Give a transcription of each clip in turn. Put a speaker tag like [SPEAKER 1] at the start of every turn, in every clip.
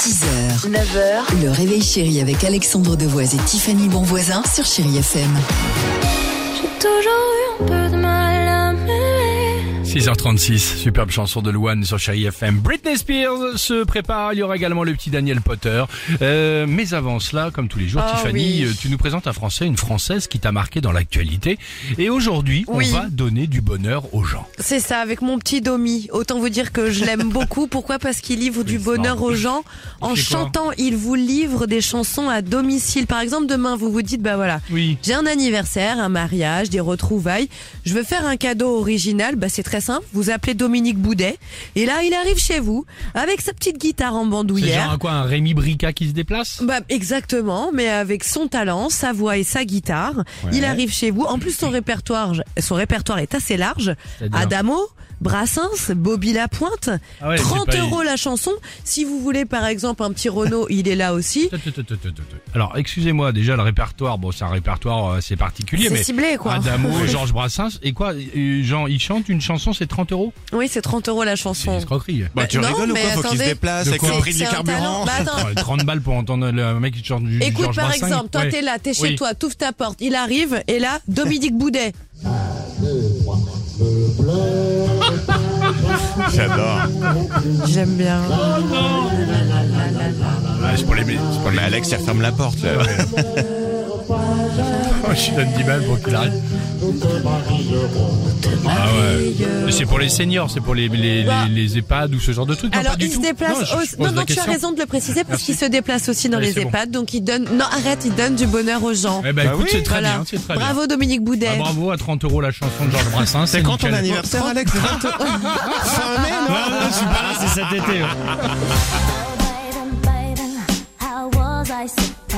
[SPEAKER 1] 6h, 9h, le réveil chéri avec Alexandre Devoise et Tiffany Bonvoisin sur Chéri FM.
[SPEAKER 2] J'ai toujours eu un peu de mal à m'aimer.
[SPEAKER 3] 6h36, superbe chanson de Louane sur Chéri FM. Britney Spears se prépare, il y aura également le petit Daniel Potter. Euh, mais avant cela, comme tous les jours,
[SPEAKER 4] Ah
[SPEAKER 3] Tiffany,
[SPEAKER 4] oui.
[SPEAKER 3] euh, tu nous présentes un Français, une Française qui t'a marqué dans l'actualité. Et aujourd'hui,
[SPEAKER 4] Oui.
[SPEAKER 3] on va donner du bonheur aux gens.
[SPEAKER 4] C'est ça, avec mon petit Domi. Autant vous dire que je l'aime beaucoup. Pourquoi Parce qu'il livre du
[SPEAKER 3] Oui,
[SPEAKER 4] bonheur
[SPEAKER 3] non.
[SPEAKER 4] aux gens. En
[SPEAKER 3] fait quoi
[SPEAKER 4] chantant, il vous livre des chansons à domicile. Par exemple, demain, vous vous dites, bah voilà,
[SPEAKER 3] Oui.
[SPEAKER 4] j'ai un anniversaire, un mariage, des retrouvailles. Je veux faire un cadeau original. Bah, c'est très simple. Vous appelez Dominique Boudet. Et là, il arrive chez vous avec sa petite guitare en
[SPEAKER 3] C'est
[SPEAKER 4] bandoulière.
[SPEAKER 3] genre un quoi, un Rémi Brica qui se déplace
[SPEAKER 4] Bah, exactement, mais avec son talent, sa voix et sa guitare, il arrive chez vous. En plus, son répertoire, son répertoire est assez large.
[SPEAKER 3] C'est-à-dire
[SPEAKER 4] Adamo, Brassens, Bobby Lapointe,
[SPEAKER 3] Ah ouais, c'est
[SPEAKER 4] 30
[SPEAKER 3] pas-
[SPEAKER 4] euros la chanson. Si vous voulez, par exemple, un petit Renault, il est là aussi.
[SPEAKER 3] Alors, excusez-moi, déjà le répertoire, bon, c'est un répertoire euh, assez particulier,
[SPEAKER 4] C'est
[SPEAKER 3] mais
[SPEAKER 4] ciblé, quoi.
[SPEAKER 3] Adamo, Georges Brassens, et quoi, euh, Jean, il chante une chanson, c'est 30 euros
[SPEAKER 4] Oui, c'est 30 euros la
[SPEAKER 3] C'est une
[SPEAKER 4] chanson.
[SPEAKER 3] escroquerie.
[SPEAKER 5] Bah, tu
[SPEAKER 4] non,
[SPEAKER 5] rigoles ou
[SPEAKER 4] mais
[SPEAKER 5] quoi Faut qu'il se
[SPEAKER 4] attendez.
[SPEAKER 5] déplace
[SPEAKER 3] De
[SPEAKER 5] avec le
[SPEAKER 3] quoi
[SPEAKER 5] prix du
[SPEAKER 4] C'est un talent.
[SPEAKER 5] carburant.
[SPEAKER 4] Bah, attends.
[SPEAKER 3] Ouais, 30 balles pour entendre le mec qui chante du du
[SPEAKER 4] Écoute,
[SPEAKER 3] Georges
[SPEAKER 4] par
[SPEAKER 3] Brassens.
[SPEAKER 4] exemple, toi,
[SPEAKER 3] Ouais.
[SPEAKER 4] t'es là, t'es chez
[SPEAKER 3] Oui.
[SPEAKER 4] toi, t'ouvres ta porte, il arrive, et là, Dominique Boudet.
[SPEAKER 5] J'adore.
[SPEAKER 4] J'aime bien.
[SPEAKER 3] Ouais, c'est pour les mé- c'est pour les-
[SPEAKER 5] Mais Alex, il referme la porte. Là.
[SPEAKER 3] Oh, je donne 10 balles pour qu'il arrête. Ah ouais. C'est pour les seniors, c'est pour les, les,
[SPEAKER 4] Bah.
[SPEAKER 3] les, les EHPAD ou ce genre de trucs. non,
[SPEAKER 4] Alors,
[SPEAKER 3] pas du
[SPEAKER 4] il se
[SPEAKER 3] tout.
[SPEAKER 4] déplace
[SPEAKER 3] Non, je- je
[SPEAKER 4] aussi.
[SPEAKER 3] pose
[SPEAKER 4] Non,
[SPEAKER 3] la
[SPEAKER 4] non, tu as
[SPEAKER 3] question.
[SPEAKER 4] raison de le préciser parce qu'il se déplace aussi dans
[SPEAKER 3] Allez,
[SPEAKER 4] les
[SPEAKER 3] c'est bon.
[SPEAKER 4] EHPAD. Donc, il donne. Non, arrête, il donne du bonheur aux gens.
[SPEAKER 3] Eh ben,
[SPEAKER 5] Bah
[SPEAKER 3] écoute,
[SPEAKER 5] oui,
[SPEAKER 3] c'est très
[SPEAKER 4] Voilà.
[SPEAKER 3] bien, c'est très bien.
[SPEAKER 4] Bravo, Dominique Boudet.
[SPEAKER 3] Ah, bravo à 30 euros la chanson de Georges Brassens.
[SPEAKER 5] C'est quand ton
[SPEAKER 3] nickel.
[SPEAKER 5] anniversaire, Alex Fin mai, non hein.
[SPEAKER 2] Baby, baby, how was I supposed to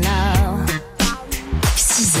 [SPEAKER 2] know?
[SPEAKER 1] 6h,